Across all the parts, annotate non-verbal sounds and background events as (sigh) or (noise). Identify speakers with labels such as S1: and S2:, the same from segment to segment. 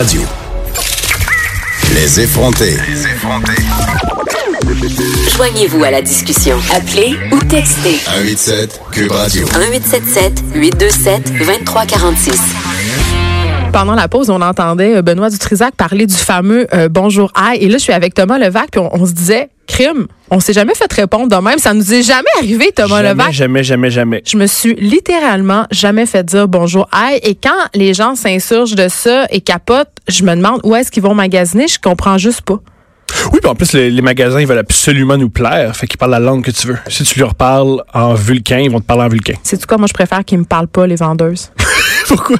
S1: Radio. Les effronter.
S2: Joignez-vous à la discussion. Appelez ou textez
S1: 187 Cube Radio.
S2: 1877 827 2346.
S3: Pendant la pause, on entendait euh, Benoît Dutrisac parler du fameux euh, Bonjour Aïe. Et là, je suis avec Thomas Levac, puis on, on se disait, crime, on s'est jamais fait répondre de même. Ça nous est jamais arrivé, Thomas
S4: jamais,
S3: Levac.
S4: jamais, jamais, jamais.
S3: Je me suis littéralement jamais fait dire bonjour, aïe. Et quand les gens s'insurgent de ça et capotent, je me demande où est-ce qu'ils vont magasiner. Je comprends juste pas.
S4: Oui, puis en plus, les, les magasins, ils veulent absolument nous plaire. Fait qu'ils parlent la langue que tu veux. Si tu leur parles en vulcain, ils vont te parler en vulcain.
S3: C'est tout cas, moi, je préfère qu'ils me parlent pas, les vendeuses.
S4: Pourquoi?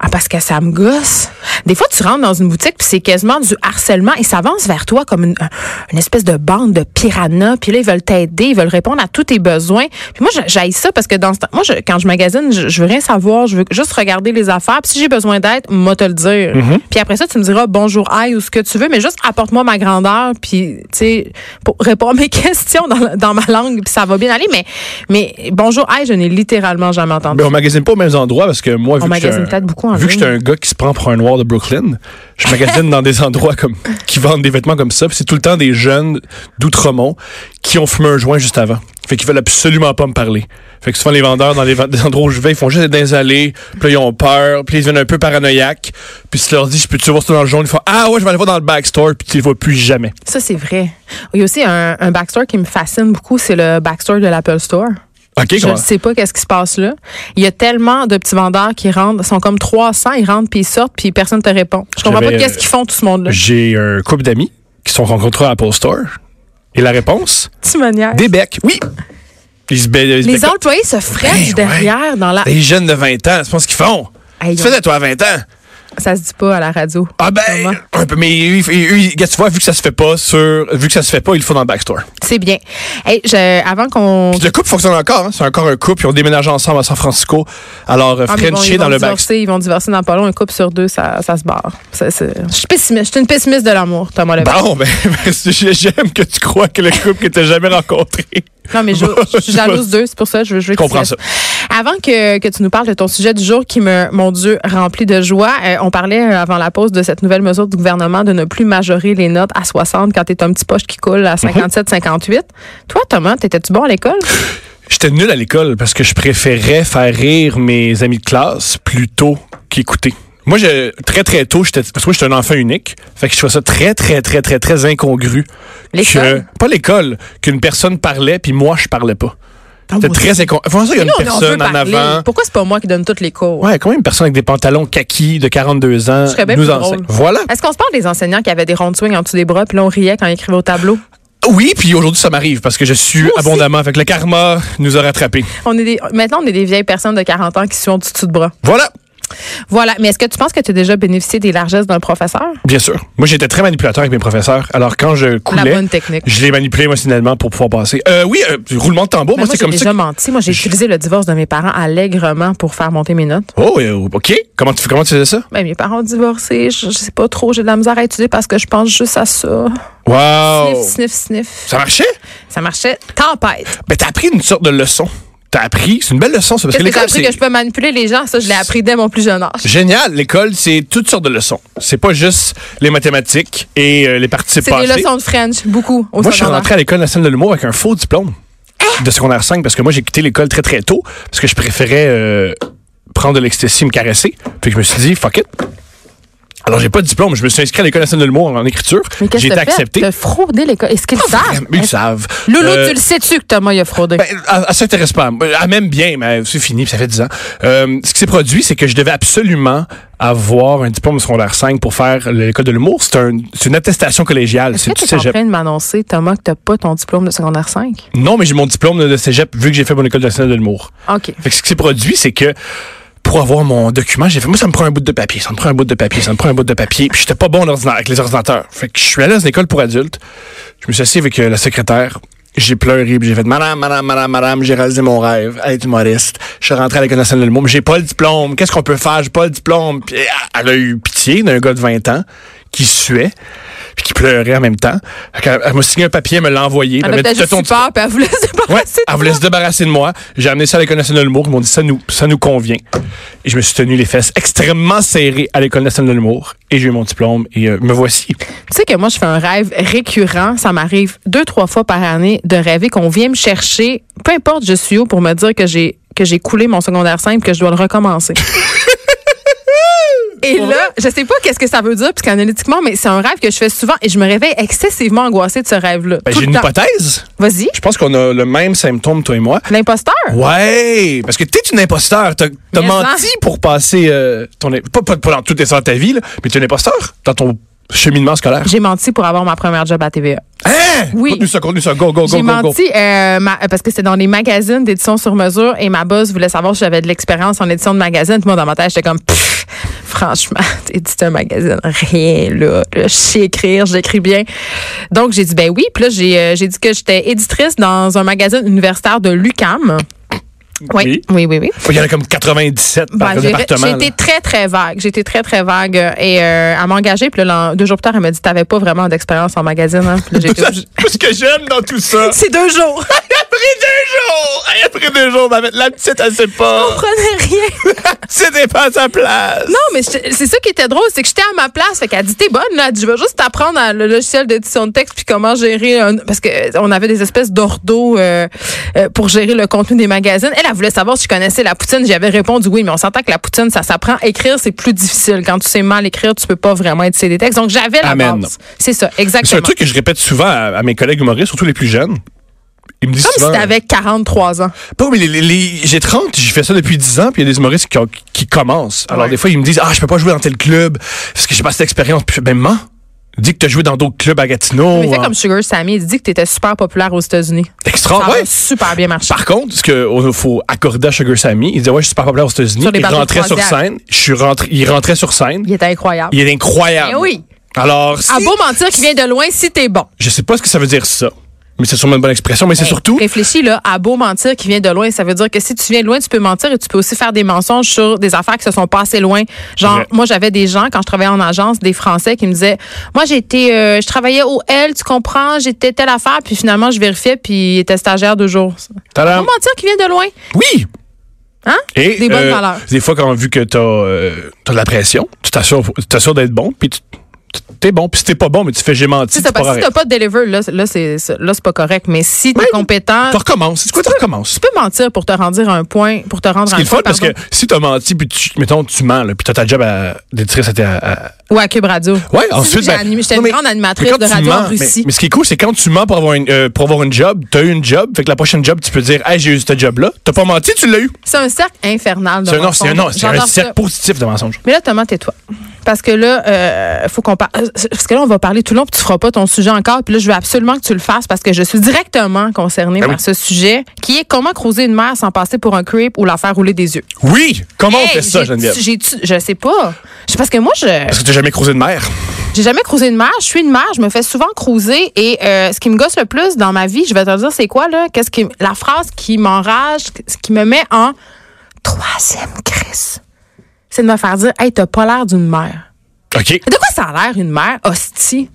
S3: Ah, parce que ça me gosse. Des fois, tu rentres dans une boutique, puis c'est quasiment du harcèlement. Ils s'avancent vers toi comme une, une espèce de bande de piranhas. Puis là, ils veulent t'aider, ils veulent répondre à tous tes besoins. Puis moi, j'aille ça parce que dans ce temps, moi, je- quand je magasine, je, je veux rien savoir. Je veux juste regarder les affaires. Puis si j'ai besoin d'aide, moi, te le dire. Puis après ça, tu me diras bonjour, aïe ou ce que tu veux, mais juste apporte-moi ma grandeur. Puis, tu sais, pour répondre à mes (laughs) questions dans, la- dans ma langue, puis ça va bien aller. Mais, mais bonjour, aïe, je n'ai littéralement jamais entendu.
S4: Ben, on magasine pas aux mêmes endroits parce que moi, vu, que,
S3: magasine
S4: j'étais un-
S3: peut-être beaucoup en
S4: vu que
S3: ligne.
S4: j'étais un gars qui se prend pour un noir de Brooklyn, je magasine dans des endroits comme qui vendent des vêtements comme ça. Puis c'est tout le temps des jeunes d'Outremont qui ont fumé un joint juste avant. Fait qu'ils veulent absolument pas me parler. Fait que souvent les vendeurs dans les, ven- des endroits où je vais, ils font juste être dans les allées, puis là, ils ont peur, puis ils deviennent un peu paranoïaques. Puis si tu leur dis, je peux-tu voir ça dans le jaune, ils font Ah ouais, je vais aller voir dans le backstore, puis tu les vois plus jamais.
S3: Ça, c'est vrai. Il y a aussi un, un backstore qui me fascine beaucoup, c'est le backstore de l'Apple Store.
S4: OK,
S3: Je ne sais pas qu'est-ce qui se passe là. Il y a tellement de petits vendeurs qui rentrent, sont comme 300, ils rentrent puis ils sortent puis personne te répond. Je comprends pas
S4: J'avais,
S3: qu'est-ce qu'ils font tout ce monde-là.
S4: J'ai un couple d'amis qui se sont rencontrés à Apple Store. Et la réponse?
S3: Petite manière.
S4: Des becs, oui. Ils se ba- ils se
S3: Les
S4: becquent.
S3: employés se
S4: Ben
S3: frèchent
S4: ouais. Ben
S3: derrière dans la.
S4: Des jeunes de 20 ans, c'est pas ce qu'ils font.
S3: Hey,
S4: Tu
S3: on-
S4: faisais, toi, à 20 ans?
S3: Ça se dit pas à la radio.
S4: Ah
S3: Thomas.
S4: ben, un peu, mais eux, ils- eux, ils- regarde, tu vois, vu que ça se fait pas sur, vu que ça se fait pas, ils le font dans le backstore.
S3: C'est bien. Hey, je- avant qu'on.
S4: Puis le couple fonctionne encore, hein. c'est encore un couple, ils ont déménagé ensemble à San Francisco. Alors, euh,
S3: Ah, mais bon,
S4: Frenchie
S3: ils vont
S4: dans le backstore.
S3: divorcer, ils vont divorcer dans pas long. Un couple sur deux, ça, ça se barre. Ça, c'est- Je suis pessimiste. Je suis une pessimiste de l'amour, Thomas Levac.
S4: Bon, ben, (laughs) j'aime que tu crois que le couple que t'as jamais rencontré.
S3: Non, mais
S4: (laughs)
S3: je,
S4: Bon,
S3: je suis
S4: je vois.
S3: jalouse d'eux, c'est pour ça que je veux jouer.
S4: Je comprends ça.
S3: Avant que, que tu nous parles de ton sujet du jour qui me, mon Dieu, remplit de joie, euh, on parlait euh, avant la pause de cette nouvelle mesure du gouvernement de ne plus majorer les notes à 60 quand t'es un petit poche qui coule à
S4: (laughs)
S3: 57-58. Toi, Thomas, t'étais-tu bon à l'école?
S4: J'étais nul à l'école parce que je préférais faire rire mes amis de classe plutôt qu'écouter. Moi, je, très, très tôt, j'étais, parce que moi, j'étais un enfant unique. Fait que je trouvais ça très, très, très, très, très incongru.
S3: L'école?
S4: que- Pas l'école, qu'une personne parlait, puis moi, je parlais pas. C'était
S3: Ah, moi
S4: très incongru. Comment ça, il y a une
S3: Nous, on- on veut
S4: personne en
S3: parler.
S4: avant.
S3: Pourquoi c'est pas moi qui donne toutes les cours?
S4: Ouais, quand même, une personne avec des pantalons kaki de 42 ans
S3: serais bien
S4: nous
S3: plus
S4: enseigne.
S3: drôle.
S4: Voilà.
S3: Est-ce qu'on se parle des enseignants qui avaient des ronds de swing en dessous des bras, puis là, on riait quand ils écrivaient au tableau?
S4: Oui, puis aujourd'hui, ça m'arrive parce que je suis
S3: Moi aussi.
S4: abondamment. Fait que le karma nous a rattrapés.
S3: On est des- maintenant, on est des vieilles personnes de 40 ans qui sont en dessous de bras.
S4: Voilà.
S3: Voilà. Mais est-ce que tu penses que tu as déjà bénéficié des largesses d'un professeur?
S4: Bien sûr. Moi, j'étais très manipulateur avec mes professeurs. Alors, quand je coulais,
S3: bonne technique.
S4: je les manipulais émotionnellement pour pouvoir passer. Euh, oui, euh, roulement de tambour,
S3: Ben, moi,
S4: moi, c'est
S3: j'ai
S4: comme
S3: déjà
S4: ça. que-
S3: menti. Moi, j'ai utilisé le divorce de mes parents allègrement pour faire monter mes notes.
S4: Oh, euh, OK. Comment tu, comment tu faisais ça?
S3: Ben, mes parents ont divorcé. Je, je sais pas trop. J'ai de la misère à étudier parce que je pense juste à ça.
S4: Wow!
S3: Sniff, sniff, sniff.
S4: Oh. Ça marchait?
S3: Ça marchait. Tempête.
S4: Ben, t'as appris une sorte de leçon. T'as appris, c'est une belle leçon, ça, parce
S3: Qu'est-ce
S4: que
S3: que j'ai
S4: l'école,
S3: appris
S4: c'est
S3: que je peux manipuler les gens? Ça, je l'ai appris dès mon plus jeune âge.
S4: génial. L'école, c'est toutes sortes de leçons. C'est pas juste les mathématiques et euh, les parties
S3: C'est des
S4: passées.
S3: leçons de French, beaucoup. Au
S4: Moi, je suis
S3: secondaire. Hein?
S4: rentré à l'école nationale de l'humour avec un faux diplôme de secondaire 5 parce que moi, j'ai quitté l'école très, très tôt parce que je préférais euh, prendre de l'ecstasy, me caresser. Puis je me suis dit, fuck it. Alors, j'ai pas de diplôme. Je me suis inscrit à l'école nationale de l'humour en écriture.
S3: Mais qu'est-ce
S4: J'ai
S3: que
S4: été
S3: t'as fait?
S4: accepté.
S3: T'as fraudé l'école. Est-ce qu'ils savent?
S4: Ils le savent.
S3: Loulou,
S4: Euh,
S3: tu le sais-tu que Thomas il a fraudé?
S4: ben, elle, elle s'intéresse pas. à moi. Elle m'aime bien, mais c'est fini, puis ça fait 10 ans. Euh, ce qui s'est produit, c'est que je devais absolument avoir un diplôme de secondaire 5 pour faire l'école de l'humour. C'est un- c'est une attestation collégiale.
S3: Est-ce
S4: C'est
S3: que
S4: du
S3: tu es en
S4: cégep.
S3: train de m'annoncer, Thomas, que t'as pas ton diplôme de secondaire 5?
S4: Non, mais j'ai mon diplôme de cégep vu que j'ai fait mon école nationale de l'humour.
S3: OK.
S4: Fait que ce qui s'est produit, c'est que pour avoir mon document, j'ai fait, moi, ça me prend un bout de papier, ça me prend un bout de papier, ça me prend un bout de papier. Puis j'étais pas bon en ordinaire- avec les ordinateurs. Fait que je suis allé dans une école pour adultes. Je me suis assis avec euh, la secrétaire. J'ai pleuré, puis j'ai fait Madame, Madame, Madame, Madame, j'ai réalisé mon rêve, être humoriste. Je suis rentré à l'École nationale de l'humour, mais j'ai pas le diplôme. Qu'est-ce qu'on peut faire? J'ai pas le diplôme. Puis elle a eu pitié d'un gars de 20 ans qui suait. puis qui pleurait en même temps. Fait qu'elle- elle m'a signé un papier, elle me l'a envoyé. puis
S3: Elle
S4: Elle
S3: a
S4: m'a dit,
S3: peut-être
S4: T'as
S3: Ah, juste
S4: ton
S3: eu peur, puis elle voulait se
S4: Ouais,
S3: débarrasser de
S4: elle voulait
S3: toi.
S4: se débarrasser de moi. J'ai amené ça à l'École nationale de l'humour. Ils m'ont dit ça nous, ça nous convient. Et je me suis tenu les fesses extrêmement serrées à l'École nationale de l'humour. Et j'ai eu mon diplôme et euh, me voici.
S3: Tu sais que moi, je fais un rêve récurrent. Ça m'arrive deux, trois fois par année de rêver qu'on vient me chercher, peu importe je suis où, pour me dire que j'ai que j'ai coulé mon secondaire 5 que je dois le
S4: (laughs)
S3: recommencer. Et là, je sais pas qu'est-ce que ça veut dire psychanalytiquement, mais c'est un rêve que je fais souvent et je me réveille excessivement angoissée de ce rêve-là.
S4: Ben,
S3: Tout
S4: j'ai
S3: le
S4: une
S3: temps.
S4: hypothèse.
S3: Vas-y,
S4: Je pense qu'on a le même symptôme, toi et moi.
S3: l'imposteur.
S4: Ouais, parce que t'es une imposteur. T'as t'as
S3: Mais
S4: menti
S3: ça.
S4: pour passer euh, ton pas, pas, pas dans toutes les sphères de ta vie, là, mais t'es une imposteur dans ton cheminement scolaire.
S3: J'ai menti pour avoir ma première job à TVA.
S4: Hein?
S3: Oui.
S4: Conte-nous ça, conte-nous ça. Go, go, go,
S3: J'ai
S4: go, go.
S3: menti euh, ma- euh, parce que c'était dans les magazines d'édition sur mesure et ma boss voulait savoir si j'avais de l'expérience en édition de magazine. Puis moi, dans ma tête, j'étais comme, Pff, franchement, (laughs) éditer un magazine, rien là. là. Je sais écrire, j'écris bien. Donc, j'ai dit, ben oui. Puis là, j'ai euh, j'ai dit que j'étais éditrice dans un magazine universitaire de l'UCAM. Oui, oui, oui, oui.
S4: Il y en a comme 97 par
S3: Ben, j'ai
S4: département.
S3: j'ai
S4: là.
S3: été très, très vague. J'ai été très, très vague euh, et euh, à m'engager. Puis là, l'an- deux jours plus tard, elle m'a dit, t'avais pas vraiment d'expérience en magazine. hein. Puis là, j'ai
S4: (laughs)
S3: été
S4: Ça,
S3: obligée-
S4: Ce que j'aime dans tout ça.
S3: C'est deux jours. (laughs)
S4: Elle a pris deux jours! Elle a pris deux jours, ma bête. La petite, elle sait pas.
S3: Prenez rien.
S4: C'était pas à sa place.
S3: Non, mais j'étais- c'est ça qui était drôle, c'est que j'étais à ma place. Fait qu'elle dit, t'es bonne, là. Elle dit, Je veux juste t'apprendre à- le logiciel d'édition de texte puis comment gérer. un- Parce que euh, on avait des espèces d'ordos euh, euh, pour gérer le contenu des magazines. Elle, elle voulait savoir si je connaissais la poutine. J'avais répondu oui, mais on s'entend que la poutine, ça s'apprend. Écrire, c'est plus difficile. Quand tu sais mal écrire, tu peux pas vraiment éditer des textes. Donc, j'avais la
S4: Amen.
S3: base. C'est ça,
S4: C'est un
S3: exactement.
S4: truc que je répète souvent à, à mes collègues humoristes, surtout les plus jeunes. Ils me disent
S3: Comme
S4: souvent, hein.
S3: si t'avais 43 ans.
S4: Pas, mais les- les- les- j'ai 30, j'ai fait ça depuis 10 ans, puis il y a des humoristes qui, ont- qui commencent. Alors,
S3: Ouais.
S4: des fois, ils me disent, ah, je peux pas jouer dans tel club, parce que j'ai pas cette expérience. Puis, je fais, ben, mens. Dis que t'as joué dans d'autres clubs à Gatineau.
S3: mais fais
S4: hein.
S3: comme Sugar Sammy, il dit que t'étais super populaire aux États-Unis.
S4: Extra,
S3: ça a
S4: ouais.
S3: super bien marché.
S4: Par contre, ce qu'il faut accorder à Sugar Sammy, il disait, ouais, je suis super populaire aux États-Unis.
S3: Sur les
S4: Il
S3: bateaux de
S4: rentrait sur
S3: croisière.
S4: scène. Je suis rentré, il rentrait sur scène.
S3: Il était incroyable.
S4: Il est incroyable.
S3: Mais oui. Ah
S4: Alors, si-
S3: À beau mentir qu'il vient de loin, si t'es bon.
S4: je sais pas ce que ça veut dire ça, mais c'est sûrement une bonne expression, mais c'est surtout.
S3: Réfléchis, là, à beau mentir qui vient de loin. Ça veut dire que si tu viens de loin, tu peux mentir et tu peux aussi faire des mensonges sur des affaires qui se sont passées loin. Genre,
S4: Vrai.
S3: moi, j'avais des gens, quand je travaillais en agence, des Français qui me disaient Moi, j'étais, euh, je travaillais au L, tu comprends, j'étais telle affaire, puis finalement, je vérifiais, puis il était stagiaire deux jours. Beau
S4: Tadam.
S3: mentir qui vient de loin.
S4: Oui!
S3: Hein?
S4: Euh, Et,
S3: Des bonnes
S4: euh,
S3: valeurs.
S4: Des fois, quand vu que t'as euh, t'as de la pression, tu t'assures tu t'assures d'être bon, puis tu- tu- t'es bon. Puis si t'es pas bon, mais tu fais j'ai menti,
S3: C'est
S4: tu
S3: ça, parce
S4: pars
S3: que si t'as
S4: arrêter.
S3: pas de deliver, là, c'est- là, c'est c'est- là, c'est pas correct. Mais si t'es
S4: Ouais.
S3: compétent,
S4: Ben Tu recommences. C'est quoi, tu recommences?
S3: tu peux mentir pour te rendre à un point, pour te rendre
S4: Ce
S3: à
S4: qui
S3: un
S4: est le fun,
S3: point.
S4: parce que
S3: pardon,
S4: si t'as menti, puis tu, mettons, tu mens, là, puis t'as ta job à d'éditrice à, à, à-
S3: Ou à Cube Radio.
S4: Ouais,
S3: Tu sais,
S4: ensuite.
S3: j'ai
S4: ben,
S3: animé- J'étais
S4: non,
S3: une
S4: mais-
S3: grande
S4: mais
S3: animatrice
S4: quand
S3: de
S4: tu
S3: radio en
S4: mens, mais-
S3: Russie.
S4: Mais, ce qui est cool, c'est quand tu mens pour avoir une, euh, pour avoir une job, t'as eu une job, fait que la prochaine job, tu peux dire, hey, j'ai eu ce job-là. T'as pas menti, tu l'as eu.
S3: C'est un cercle infernal de
S4: C'est un, non,
S3: mensonges.
S4: c'est un, non, c'est un
S3: J'adore
S4: cercle
S3: ça.
S4: positif de mensonge.
S3: Mais là, Thomas, tais-toi. Parce que là, euh, faut qu'on parle. Parce que là, on va parler tout le long, puis tu feras pas ton sujet encore. Puis là, je veux absolument que tu le fasses parce que je suis directement concernée
S4: Ah oui.
S3: par ce sujet qui est comment croiser une mère sans passer pour un creep ou la faire rouler des yeux.
S4: Oui! Comment on
S3: Hey,
S4: fait ça,
S3: j'ai-
S4: Geneviève?
S3: j'ai-tu- Je sais pas. Je- Parce que moi, je.
S4: Parce que t'as jamais croisé de mer.
S3: J'ai jamais cruisé une mer. Je suis une mer. Je me fais souvent cruiser. Et euh, ce qui me gosse le plus dans ma vie, je vais te le dire, c'est quoi, là? Qu'est-ce qui, la phrase qui m'enrage, ce qui me met en troisième crise, c'est de me faire dire, hey, t'as pas l'air d'une mère.
S4: OK.
S3: De quoi ça a l'air une mère hostie?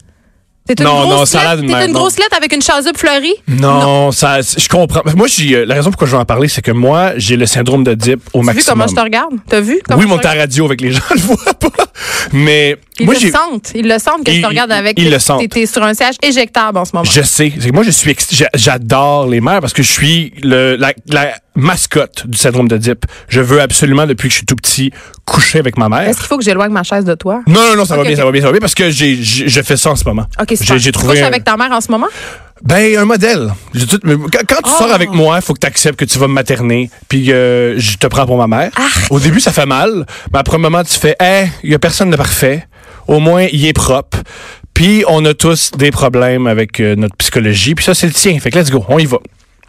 S3: T'es une
S4: Non,
S3: grosse
S4: non, ça a l'air
S3: lettre-
S4: d'une
S3: t'es
S4: mère,
S3: une
S4: non.
S3: grosse lettre avec une chasuble fleurie?
S4: Non, ça, je comprends. Moi, j'ai, euh, la raison pourquoi je veux en parler, c'est que moi, j'ai le syndrome de Dip
S3: T'as
S4: au
S3: vu
S4: maximum.
S3: comment je te regarde? T'as vu? Comment
S4: oui,
S3: je te
S4: mon ta
S3: regarde?
S4: radio avec les (laughs) gens, je le vois pas. Mais
S3: Ils
S4: moi,
S3: le
S4: j'ai.
S3: sentent. Ils le sentent que je
S4: Ils-
S3: te regarde avec.
S4: ils le
S3: t'es-
S4: sentent.
S3: T'es sur un siège éjectable en ce moment.
S4: Je sais. C'est que moi, je suis, ex- j'a- j'adore les mères parce que je suis le, la, la mascotte du syndrome de Dip. Je veux absolument, depuis que je suis tout petit, coucher avec ma mère.
S3: Est-ce qu'il faut que j'éloigne ma chaise de toi?
S4: Non, non, non, ça va
S3: Ok,
S4: bien,
S3: ok.
S4: ça va bien, ça va bien parce que j'ai, j'ai- je fais ça en ce moment.
S3: OK, super.
S4: J'ai, j'ai
S3: Tu
S4: trouvé.
S3: couches
S4: un-
S3: avec ta mère en ce moment?
S4: Ben, un modèle. J'ai tout- mais quand, quand tu
S3: Oh.
S4: sors avec moi, faut que tu acceptes que tu vas me materner, puis euh, je te prends pour ma mère.
S3: Ah!
S4: Au début, ça fait mal, mais après un moment, tu fais, hey, il y a personne de parfait. Au moins, il est propre. Puis, on a tous des problèmes avec euh, notre psychologie. Puis ça, c'est le tien. Fait que let's go, on y va.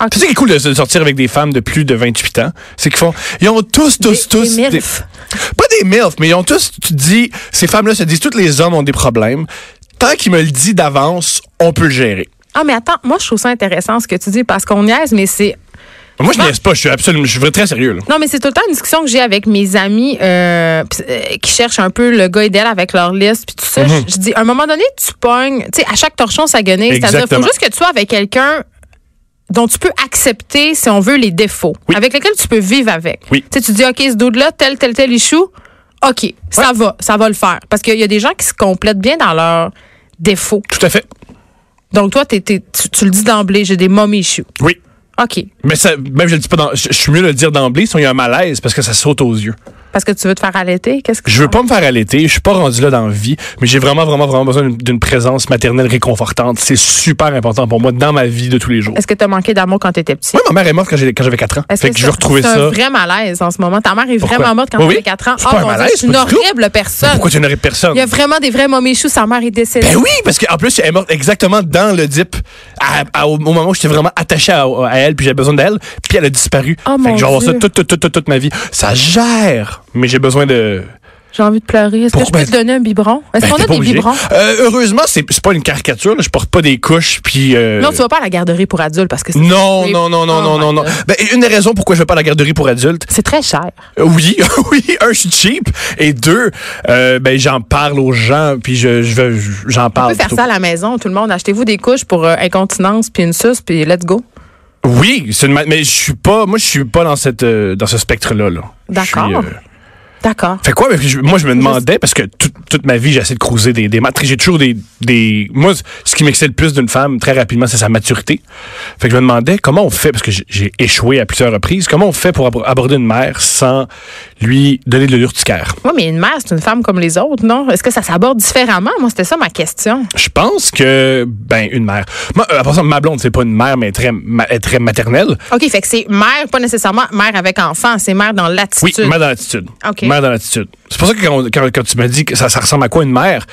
S3: Ok.
S4: Tu sais qui est cool de de sortir avec des femmes de plus de 28 ans, c'est qu'ils font, ils ont tous, tous,
S3: Des- des
S4: tous,
S3: MILF.
S4: pas des MILF, mais ils ont tous, tu te dis, ces femmes-là se disent, tous les hommes ont des problèmes. Tant qu'ils me le disent d'avance, on peut le gérer.
S3: Ah, mais attends, moi, je trouve ça intéressant ce que tu dis parce qu'on niaise, mais c'est.
S4: Mais Moi, je niaise pas. Je suis absolument. Je suis vrai- très sérieux, là.
S3: Non, mais c'est tout le temps une discussion que j'ai avec mes amis euh, pis- euh, qui cherchent un peu le gars idéal avec leur liste puis tout ça.
S4: Mm-hmm.
S3: Je- Je dis, à un moment donné, tu pognes, tu sais, à chaque torchon, ça guenille. C'est-à-dire, faut
S4: Exactement.
S3: juste que tu sois avec quelqu'un dont tu peux accepter, si on veut, les défauts,
S4: Oui.
S3: avec lequel tu peux vivre avec.
S4: Oui.
S3: Tu sais, tu dis, OK, ce dude-là, tel, tel, tel échoue, OK, ça va, ça va le faire. Parce qu'il y a des gens qui se complètent bien dans leurs défauts.
S4: Tout à fait.
S3: Donc, toi, t'es- t'es- tu, tu le dis d'emblée, j'ai des mommy issues.
S4: Oui.
S3: OK,
S4: Mais ça, même je le dis pas dans, je, je suis mieux de le dire d'emblée si il y a un malaise parce que ça saute aux yeux.
S3: parce que tu veux te faire allaiter, qu'est-ce que
S4: Je veux pas me faire allaiter, je suis pas rendu là dans la vie, mais j'ai vraiment, vraiment, vraiment besoin d'une- d'une présence maternelle réconfortante. C'est super important pour moi dans ma vie de tous les jours.
S3: Est-ce que tu as manqué d'amour quand tu étais petit?
S4: Moi, ma mère est morte quand j'ai- quand j'avais 4 ans.
S3: Est-ce
S4: Fait que, je veux
S3: c'est-
S4: retrouver
S3: C'est un
S4: ça.
S3: vrai malaise en ce moment. Ta mère est
S4: Pourquoi?
S3: vraiment morte quand
S4: Oui,
S3: tu
S4: oui.
S3: avais 4 ans. Oh
S4: C'est pas un
S3: mon Dieu,
S4: malaise,
S3: je suis une
S4: pas du tout.
S3: horrible personne.
S4: Pourquoi tu n'aurais personne?
S3: Il y a vraiment des vrais mommy choux. Sa mère est décédée.
S4: Ben oui, parce qu'en plus, elle est morte exactement dans le dip, à- à- au au moment où j'étais vraiment attaché à, à elle, puis j'avais besoin d'elle, puis elle a disparu.
S3: Oh,
S4: fait
S3: mon
S4: que je vais avoir ça
S3: Dieu.
S4: toute, toute, toute, toute, toute ma vie. Ça gère, mais j'ai besoin de...
S3: J'ai envie de pleurer. Est-ce que je
S4: Pourquoi?
S3: peux te donner un biberon? Est-ce
S4: Ben,
S3: qu'on
S4: t'es
S3: a
S4: pas
S3: des
S4: obligé.
S3: biberons?
S4: Euh, heureusement, c'est c'est pas une caricature. là. Je porte pas des couches, puis... euh,
S3: Non, tu vas pas à la garderie pour adultes parce que c'est.
S4: Non, non, non, non,
S3: Oh
S4: non,
S3: my
S4: non, non.
S3: God.
S4: Ben, une des raisons pourquoi je vais pas à la garderie pour adultes,
S3: C'est très cher.
S4: euh, oui, (laughs) oui, un, je suis cheap, et deux, euh, ben, j'en parle aux gens, puis je, je veux- j'en
S3: On
S4: parle.
S3: peut faire
S4: plutôt.
S3: ça à la maison, tout le monde. Achetez-vous des couches pour euh, incontinence, puis une suce, puis let's go.
S4: Oui, c'est une ma- mais je suis pas, moi, je suis pas dans cette, euh, dans ce spectre-là, là. Je suis, euh,
S3: D'accord. D'accord.
S4: Fait quoi? mais je- moi, je me demandais, parce que tout- toute ma vie, j'essaie de croiser des, des matrices. J'ai toujours des, des. Moi, ce qui m'excite le plus d'une femme, très rapidement, c'est sa maturité. Fait que je me demandais comment on fait, parce que j'ai- j'ai échoué à plusieurs reprises, comment on fait pour abor- aborder une mère sans lui donner de l'urticaire?
S3: Oui, mais une mère, c'est une femme comme les autres, non? Est-ce que ça s'aborde différemment? Moi, c'était ça ma question.
S4: Je pense que, ben, une mère. Moi, euh, à part ça, ma blonde, c'est pas une mère, mais elle est très, ma- elle est très maternelle.
S3: OK, fait que c'est mère, pas nécessairement mère avec enfant, c'est mère dans
S4: Oui,
S3: l'attitude.
S4: mère dans l'attitude.
S3: OK.
S4: Mère dans l'attitude. C'est pour ça que quand, quand- quand tu me dis que ça, ça ressemble à quoi une mère,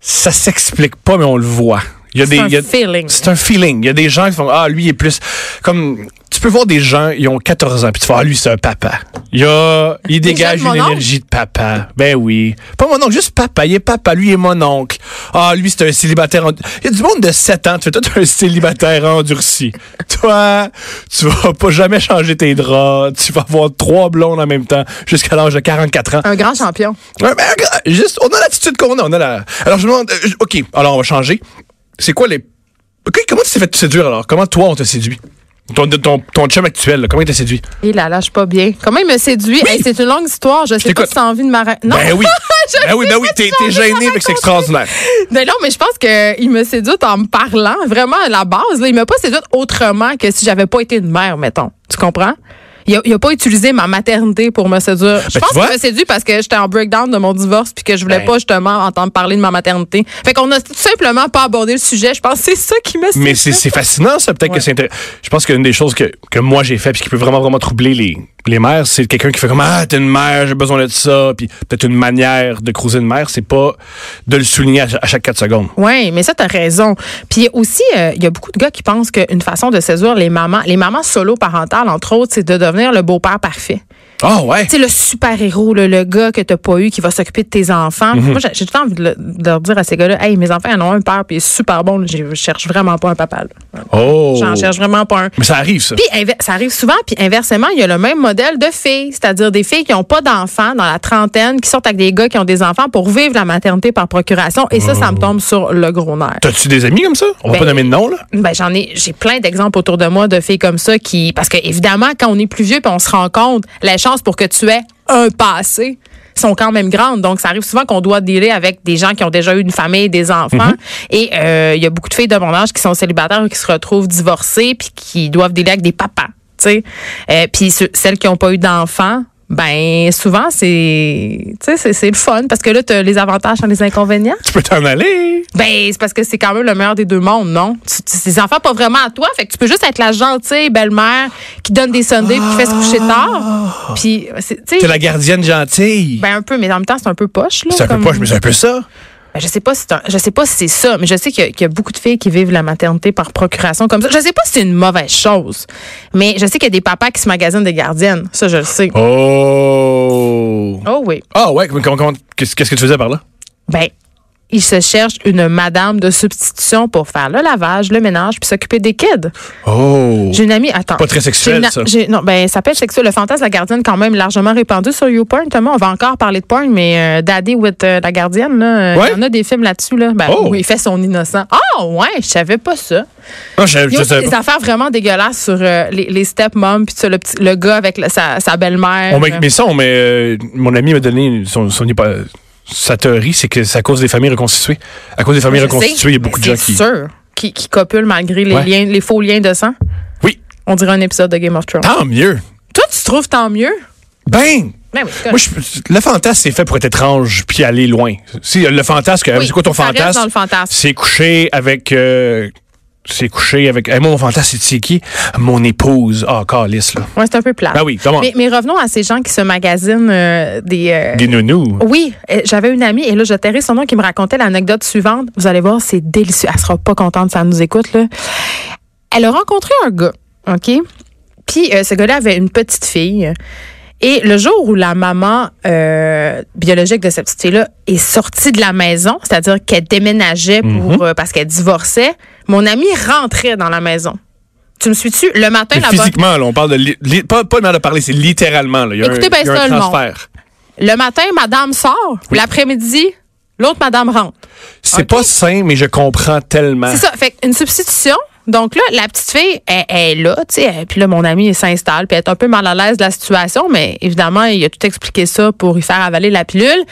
S4: ça s'explique pas, mais on le voit. Il y a
S3: C'est un
S4: il y a-
S3: feeling.
S4: C'est un feeling. Il y a des gens qui font Ah, lui, il est plus. Comme. Tu peux voir des gens, ils ont 14 ans, puis tu fais Ah, lui, c'est un papa. Il, a, il dégage
S3: de mon
S4: une
S3: oncle?
S4: énergie de papa. Ben oui. Pas mon oncle, juste papa. Il est papa. Lui, il est mon oncle. Ah, lui, c'est un célibataire. en- Il y a du monde de 7 ans. Tu fais tout un célibataire endurci. Toi, tu vas pas jamais changer tes draps. Tu vas avoir trois blondes en même temps jusqu'à l'âge de 44 ans.
S3: Un grand champion.
S4: Ouais, mais regarde, juste, on a l'attitude qu'on a. On a la... Alors, je me demande, euh, OK, alors on va changer. C'est quoi les. OK, comment tu t'es fait séduire alors? Comment toi, on t'a séduit? Ton, ton, ton chum actuel, là, comment il t'a séduit?
S3: Il la lâche pas bien. Comment il me séduit? Hey, c'est une longue histoire. Je sais pas
S4: t'écoute.
S3: si t'as envie de m'arrêter. Non.
S4: Ben oui!
S3: (laughs) Je
S4: ben oui,
S3: sais
S4: ben oui,
S3: pas si j'ai
S4: t'es t'es
S3: envie de
S4: gêné,
S3: la
S4: mais c'est
S3: raconter.
S4: extraordinaire.
S3: Ben non, mais je pense que il me séduit en me parlant. Vraiment, à la base, là, il m'a pas séduite autrement que si j'avais pas été une mère, mettons. Tu comprends? Il a, il a pas utilisé ma maternité pour me séduire. Je
S4: Ben,
S3: pense
S4: tu vois.
S3: qu'il m'a séduit parce que j'étais en breakdown de mon divorce puis que je voulais
S4: Ben.
S3: pas justement entendre parler de ma maternité. Fait qu'on a tout simplement pas abordé le sujet. Je pense que c'est ça qui me séduit.
S4: Mais c'est c'est fascinant, ça. Peut-être que c'est intér- Je pense qu'une des choses que, que moi j'ai fait puis qui peut vraiment, vraiment troubler les, les mères, c'est quelqu'un qui fait comme Ah, t'es une mère, j'ai besoin de ça. Puis peut-être une manière de croiser une mère, c'est pas de le souligner à, à chaque 4 secondes.
S3: Oui, mais ça, t'as raison. Puis aussi, euh, il y a beaucoup de gars qui pensent qu'une façon de séduire les mamans, les mamans solo parentales, entre autres, c'est de devenir le beau-père parfait.
S4: Ah, ouais!
S3: Tu sais, le super-héros, là, le gars que t'as pas eu, qui va s'occuper de tes enfants.
S4: Mhm.
S3: Moi, j'ai j'ai tout le temps envie de, le- de leur dire à ces gars-là, « Hey, mes enfants, ils en ont un père, puis il est super bon. là. Je cherche vraiment pas un papa. là.
S4: Oh!
S3: J'en cherche vraiment pas un. »
S4: Mais ça arrive, ça.
S3: Puis inver- ça arrive souvent, puis inversement, il y a le même modèle de filles, c'est-à-dire des filles qui n'ont pas d'enfants dans la trentaine, qui sortent avec des gars qui ont des enfants pour vivre la maternité par procuration. Et ça,
S4: Oh.
S3: ça me tombe sur le gros nerf.
S4: T'as-tu des amis comme ça? On va
S3: Ben-
S4: pas nommer de nom, là.
S3: Ben, j'en ai, j'ai plein d'exemples autour de moi de filles comme ça qui, parce que évidemment, quand on est plus vieux puis on se rend compte, les chances pour que tu aies un passé sont quand même grandes. Donc, ça arrive souvent qu'on doit dealer avec des gens qui ont déjà eu une famille, des enfants. Et euh, il y a beaucoup de filles de mon âge qui sont célibataires ou qui se retrouvent divorcées puis qui doivent dealer avec des papas, tu sais. Euh, puis ce- celles qui n'ont pas eu d'enfants, ben souvent c'est, tu sais, c'est- c'est le fun parce que là, tu as les avantages sans les inconvénients.
S4: Tu peux t'en aller.
S3: Ben, c'est parce que c'est quand même le meilleur des deux mondes, non? Tu, tu- tes enfants pas vraiment à toi, fait que tu peux juste être la gentille belle-mère qui donne des sundaes puis qui fait se coucher tard. Puis, euh, c'est- tu
S4: T'es
S3: sais,
S4: la gardienne gentille.
S3: ben un peu, mais en même temps, c'est un peu poche, là.
S4: c'est un
S3: Ben,
S4: peu
S3: comme-
S4: poche, mais c'est un peu ça.
S3: Ben, je sais pas si c'est un- je sais pas si c'est ça, mais je sais qu'il y, a- qu'il y a beaucoup de filles qui vivent la maternité par procuration comme ça. Je sais pas si c'est une mauvaise chose, mais je sais qu'il y a des papas qui se magasinent des gardiennes. Ça, je le sais.
S4: Oh.
S3: Oh oui. Oh.
S4: Ah ouais, comment- comment- qu'est-ce qu'est-ce que tu faisais par là?
S3: Ben, ils se cherchent une madame de substitution pour faire le lavage, le ménage, puis s'occuper des kids.
S4: Oh.
S3: J'ai une amie, attends.
S4: Pas très sexuel,
S3: J'ai une-
S4: ça.
S3: j'ai- Non, ben, ça peut être sexuel. Le fantasme de la gardienne, quand même, largement répandu sur YouPorn. Thomas, on va encore parler de porn, mais euh, Daddy with euh, la gardienne, là, euh, il
S4: Ouais.
S3: y en a des films là-dessus, là. Ben,
S4: Oh.
S3: où il fait son innocent. Ah, ouais, je savais pas ça.
S4: Non, je,
S3: Il y
S4: je
S3: a
S4: sais
S3: aussi des
S4: pas.
S3: affaires vraiment dégueulasses sur euh, les, les stepmoms, puis ça, le, petit- le gars avec la- sa, sa belle-mère.
S4: On m'a- mais ça, on m'a- euh, mon ami m'a donné son, son hypo- sa théorie, c'est que c'est à cause des familles reconstituées. À cause des familles
S3: Je sais,
S4: reconstituées, il y a beaucoup de gens
S3: c'est
S4: qui.
S3: sûr qui, qui copulent malgré les,
S4: Ouais.
S3: liens, les faux liens de sang.
S4: Oui,
S3: On dirait un épisode de Game of Thrones.
S4: tant mieux.
S3: Toi, tu trouves tant mieux?
S4: Ben!
S3: Ben oui, c'est correct.
S4: Moi, je- le fantasme, c'est fait pour être étrange puis aller loin. Si euh, le fantasme, que-
S3: Oui,
S4: c'est quoi ton
S3: ça reste
S4: fantasme?
S3: dans le fantasme.
S4: C'est coucher avec. euh, c'est coucher avec. Hey, moi, mon fantasme, c'est- c'est qui? Mon épouse. Ah, calice, là.
S3: Ouais, c'est un peu plat.
S4: Ben oui, comment?
S3: Mais, mais revenons à ces gens qui se magasinent euh, des. euh,
S4: Des nounous.
S3: Oui, euh, j'avais une amie, et là, je tairai son nom, qui me racontait l'anecdote suivante. Vous allez voir, c'est délicieux. Elle sera pas contente si elle nous écoute, là. Elle a rencontré un gars, OK? Puis, euh, ce gars-là avait une petite fille. Et le jour où la maman euh, biologique de cette petite fille-là est sortie de la maison, c'est-à-dire qu'elle déménageait pour
S4: Mm-hmm.
S3: euh, parce qu'elle divorçait, mon amie rentrait dans la maison. Tu me suis-tu? Le matin,
S4: Mais
S3: la bonne-
S4: physiquement, là, on parle de. li- li- pas, pas de mal à parler, c'est littéralement. Là. Il y a
S3: Écoutez
S4: un,
S3: bien
S4: il y a
S3: ça,
S4: un
S3: le monde.
S4: transfert.
S3: Le matin, madame sort. L'après-midi, l'autre madame rentre.
S4: C'est pas sain, mais je comprends tellement.
S3: C'est ça. Fait une substitution. Donc là, la petite fille, elle, elle est là, tu sais. elle- Puis là, mon ami il s'installe, puis elle est un peu mal à l'aise de la situation, mais évidemment, il a tout expliqué ça pour y faire avaler la pilule.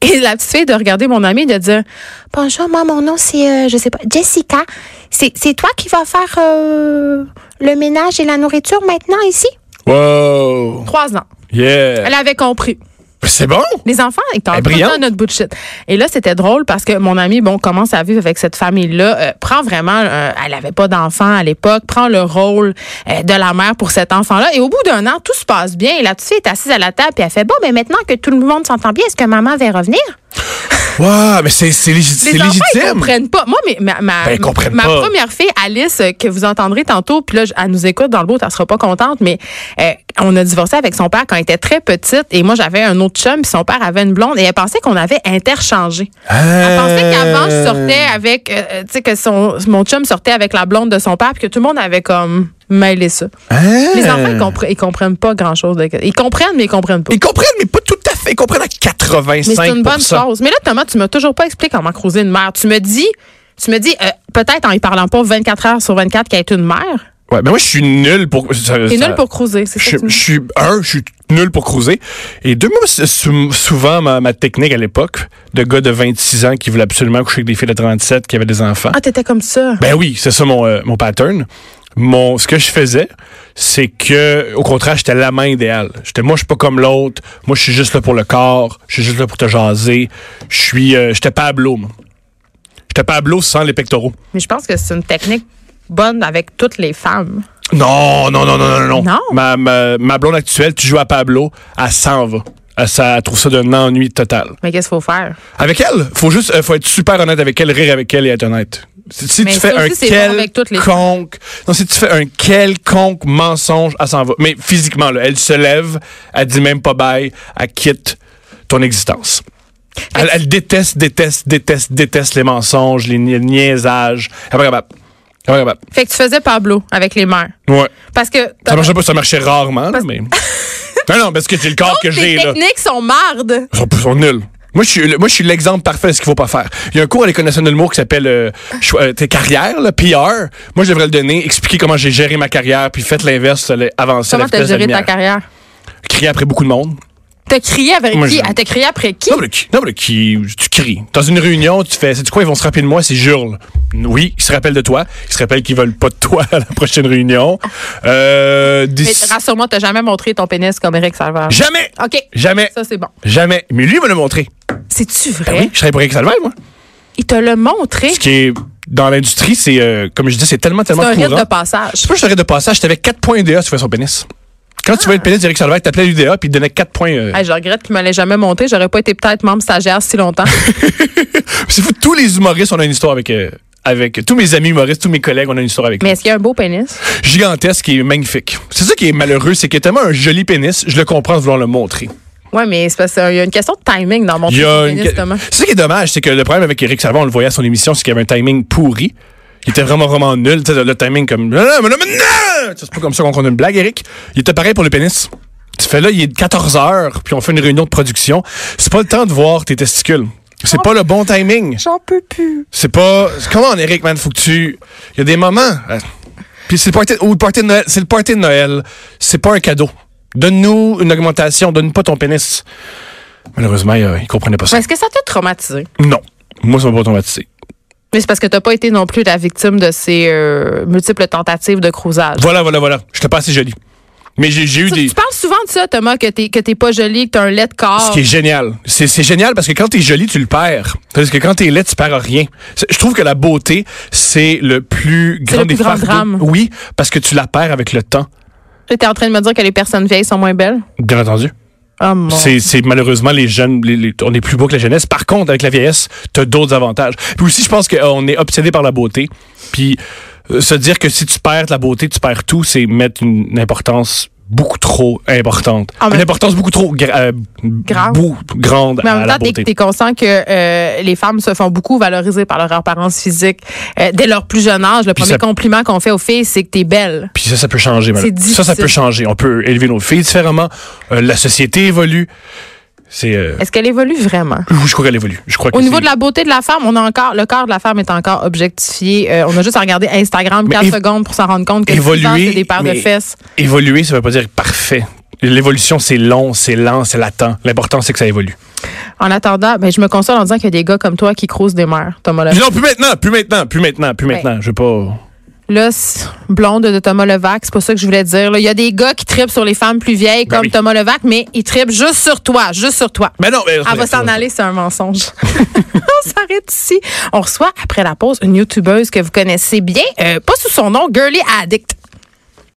S3: Et la petite fille de regarder mon ami et de dire Bonjour, moi, mon nom, c'est, euh, je sais pas, Jessica. C'est c'est toi qui vas faire euh, le ménage et la nourriture maintenant ici?
S4: Wow!
S3: Trois ans.
S4: Yeah!
S3: Elle avait compris.
S4: C'est bon!
S3: (laughs) Les enfants, ils
S4: Elle est
S3: tentent tout le
S4: brillante.
S3: temps notre bullshit. Et là, c'était drôle parce que mon amie, bon, commence à vivre avec cette famille-là, euh, prend vraiment, euh, elle avait pas d'enfant à l'époque, prend le rôle euh, de la mère pour cet enfant-là. Et au bout d'un an, tout se passe bien. Et la petite fille est assise à la table et elle fait, bon, mais maintenant que tout le monde s'entend bien, est-ce que maman va revenir?
S4: Wow! Mais c'est c'est légi- c'est
S3: Les enfants, ils
S4: légitime!
S3: comprennent pas. Moi, mais ma, ma,
S4: Ben, ils comprennent
S3: ma
S4: pas.
S3: première fille, Alice, euh, que vous entendrez tantôt, puis là, je- elle nous écoute dans le bout, elle sera pas contente, mais euh, on a divorcé avec son père quand elle était très petite, et moi, j'avais un autre chum, puis son père avait une blonde, et elle pensait qu'on avait interchangé.
S4: Ah.
S3: Elle
S4: Euh.
S3: pensait qu'avant, je sortais avec, euh, euh, tu sais, que son, mon chum sortait avec la blonde de son père, puis que tout le monde avait comme mêlé ça.
S4: Ah. Euh.
S3: Les enfants, ils, compre- ils comprennent pas grand-chose. de- Ils comprennent, mais ils comprennent pas.
S4: Ils comprennent, mais pas tout à fait. Ils comprennent à 85
S3: Mais c'est une bonne chose. Mais là, Thomas, tu m'as toujours pas expliqué comment croiser une mère. Tu me dis, tu me dis, euh, peut-être en y parlant pas 24 heures sur 24 qu'elle est une mère.
S4: Ouais, mais moi, je suis nul pour. ça-
S3: T'es
S4: ça-
S3: nulle pour croiser, c'est ça?
S4: Je,
S3: que tu me
S4: je
S3: dis?
S4: suis un, je suis nul pour cruiser. Et deux, moi, c'est sou- souvent ma, ma technique à l'époque de gars de 26 ans qui voulait absolument coucher avec des filles de 37 qui avaient des enfants.
S3: Ah, t'étais comme ça.
S4: Ben oui, c'est ça mon, euh, mon pattern. Mon, ce que je faisais, c'est que, au contraire, j'étais la main idéale. J'étais, moi, je suis pas comme l'autre. Moi, je suis juste là pour le corps. Je suis juste là pour te jaser. Je suis, euh, j'étais Pablo. moi. J'étais Pablo sans les pectoraux.
S3: Mais je pense que c'est une technique bonne avec toutes les femmes.
S4: Non, non, non, non, non, non.
S3: Non?
S4: Ma, ma, ma blonde actuelle, tu joues à Pablo, elle s'en va. Elle, ça, elle trouve ça d'un ennui total.
S3: Mais qu'est-ce qu'il faut faire?
S4: Avec elle, faut juste, euh, faut être super honnête avec elle, rire avec elle et être honnête. Si, si
S3: Mais
S4: tu
S3: ça
S4: fais un
S3: aussi, c'est bon avec toutes les-
S4: quelconque, non, si tu fais un quelconque mensonge, elle s'en va. Mais physiquement, là, elle se lève, elle dit même pas bye, elle quitte ton existence. Elle, elle déteste, déteste, déteste, déteste les mensonges, les ni- niaisages. Elle est pas capable. Elle est pas capable.
S3: Fait que tu faisais Pablo avec les mères.
S4: Ouais.
S3: Parce que.
S4: Ça marchait pas, ça marchait rarement, là,
S3: (laughs)
S4: mais. non, non, parce que j'ai le corps que
S3: Toutes tes
S4: j'ai, là.
S3: techniques sont mardes.
S4: Ils sont, ils sont nuls. Moi, je suis, le- moi, je suis l'exemple parfait de ce qu'il faut pas faire. Il y a un cours à l'École nationale de l'humour qui s'appelle euh, Choi- euh, tes carrières, le PR. Moi, je devrais le donner, expliquer comment j'ai géré ma carrière, puis faites l'inverse, ça allait avancer à la
S3: Comment t'as
S4: vitesse de la
S3: géré ta
S4: lumière.
S3: carrière?
S4: Crier après beaucoup de monde.
S3: T'as crié avec
S4: Moi,
S3: qui?
S4: j'aime.
S3: Ah, T'as crié après qui?
S4: Non, mais, qui- non, mais qui, tu cries. Dans une réunion, tu fais, c'est quoi, ils vont se rappeler de moi, c'est jurle. Oui, ils se rappellent de toi. Ils se rappellent qu'ils veulent pas de toi à la prochaine réunion. Euh,
S3: Mais
S4: d'ici-
S3: rassure-moi, t'as jamais montré ton pénis comme Eric Salvaire.
S4: Jamais!
S3: OK.
S4: Jamais!
S3: Ça, c'est bon.
S4: Jamais. Mais lui, il me l'a montré.
S3: C'est-tu vrai?
S4: Ben oui, je serais pour Eric Salvaire, moi.
S3: Il te l'a montré.
S4: Ce qui est dans l'industrie, c'est, euh, comme je dis, c'est tellement,
S3: C'est
S4: tellement
S3: un
S4: courant.
S3: rite de passage.
S4: C'est pas juste un rite de passage, t'avais 4 points UDA si tu fais son pénis. Quand
S3: Ah.
S4: tu voyais le pénis d'Éric Salvaire, t'appelais l'UDA puis il te donnait 4 points. euh,
S3: Hey, je regrette qu'il ne me l'ait jamais monté. J'aurais pas été peut-être membre stagiaire si
S4: (laughs)
S3: longtemps.
S4: C'est fou, tous les humoristes, on a une histoire avec. euh, avec tous mes amis humoristes, tous mes collègues, on a une histoire avec
S3: Mais
S4: lui.
S3: est-ce qu'il y a un beau pénis?
S4: Gigantesque et magnifique. C'est ça qui est malheureux, c'est qu'il y a tellement un joli pénis, je le comprends de vouloir le montrer.
S3: Oui, mais c'est parce qu'il y a une question de timing dans mon
S4: Il y a
S3: truc,
S4: une-
S3: justement.
S4: C'est ça qui est dommage, c'est que le problème avec Eric Salvon, on le voyait à son émission, c'est qu'il avait un timing pourri. Il était vraiment, vraiment nul. Tu sais, le timing comme. Non, non, non, non, non! C'est pas comme ça qu'on compte une blague, Eric. Il était pareil pour le pénis. Tu fais là, il est 14 heures, puis on fait une réunion de production. C'est pas le temps de voir tes testicules. C'est pas le bon timing.
S3: J'en peux plus.
S4: C'est pas. Comment, Eric, man, faut que tu. Il y a des moments. euh, Puis c'est le party, ou le party de Noël. C'est le party de Noël. C'est pas un cadeau. Donne-nous une augmentation. Donne-nous pas ton pénis. Malheureusement, il, euh, il comprenait pas ça.
S3: Mais Est-ce que ça t'a traumatisé?
S4: Non. Moi, ça m'a pas traumatisé.
S3: Mais c'est parce que t'as pas été non plus la victime de ces euh, multiples tentatives de crousage.
S4: Voilà, voilà, voilà. J'étais pas assez joli. Mais j'ai j'ai eu
S3: Tu,
S4: des.
S3: tu parles souvent de ça, Thomas, que t'es que t'es pas joli, que t'as un lait de
S4: Ce
S3: corps.
S4: qui est génial. C'est c'est génial parce que quand t'es joli, tu le perds. Parce que quand t'es laid, tu perds rien. C'est- Je trouve que la beauté, c'est le plus grand
S3: le
S4: des
S3: plus grand
S4: fardeaux.
S3: drame.
S4: Oui, parce que tu la perds avec le temps.
S3: T'es en train de me dire que les personnes vieilles sont moins belles?
S4: Bien entendu.
S3: Oh mon.
S4: C'est, c'est malheureusement les jeunes, les- les- on est plus beau que la jeunesse. Par contre, avec la vieillesse, t'as d'autres avantages. Puis aussi, je pense qu'on est obsédé par la beauté. Puis euh, se dire que si tu perds de la beauté, tu perds tout, c'est mettre une importance beaucoup trop importante.
S3: En même-
S4: Une importance beaucoup trop gra- euh,
S3: Grande.
S4: bou- grande
S3: Mais en
S4: à
S3: même
S4: la
S3: temps, t'es
S4: beauté.
S3: t'es conscient que euh, les femmes se font beaucoup valoriser par leur apparence physique euh, dès leur plus jeune âge. Le
S4: Puis
S3: premier
S4: ça-
S3: compliment qu'on fait aux filles, c'est que t'es belle.
S4: Puis ça, ça peut changer. madame.
S3: difficile.
S4: Ça, ça peut changer. On peut élever nos filles différemment. Euh, la société évolue. C'est, euh,
S3: Est-ce qu'elle évolue vraiment?
S4: je crois qu'elle évolue. Je crois que
S3: Au niveau
S4: c'est-
S3: de la beauté de la femme, on a encore le corps de la femme est encore objectifié. Euh, on a juste à regarder Instagram
S4: Mais
S3: 4
S4: év-
S3: secondes pour s'en rendre compte que
S4: évoluer,
S3: souvent, c'est des paires
S4: mais-
S3: de fesses.
S4: Évoluer, ça veut pas dire parfait. L'évolution, c'est long, c'est lent, c'est latent. L'important, c'est que ça évolue.
S3: En attendant, ben, je me console en disant qu'il y a des gars comme toi qui crousent des mères, Thomas Levac.
S4: Non, plus maintenant, plus maintenant, plus maintenant, plus maintenant. Je veux pas.
S3: Là, c'est blonde de Thomas Levac, c'est pas ça que je voulais dire. là. Il y a des gars qui tripent sur les femmes plus vieilles
S4: Ben
S3: comme
S4: oui.
S3: Thomas Levac, mais ils tripent juste sur toi, juste sur toi.
S4: Mais non, mais.
S3: Elle va s'en aller, c'est un mensonge. (laughs) on s'arrête ici. On reçoit, après la pause, une youtubeuse que vous connaissez bien, euh, pas sous son nom, Girly Addict.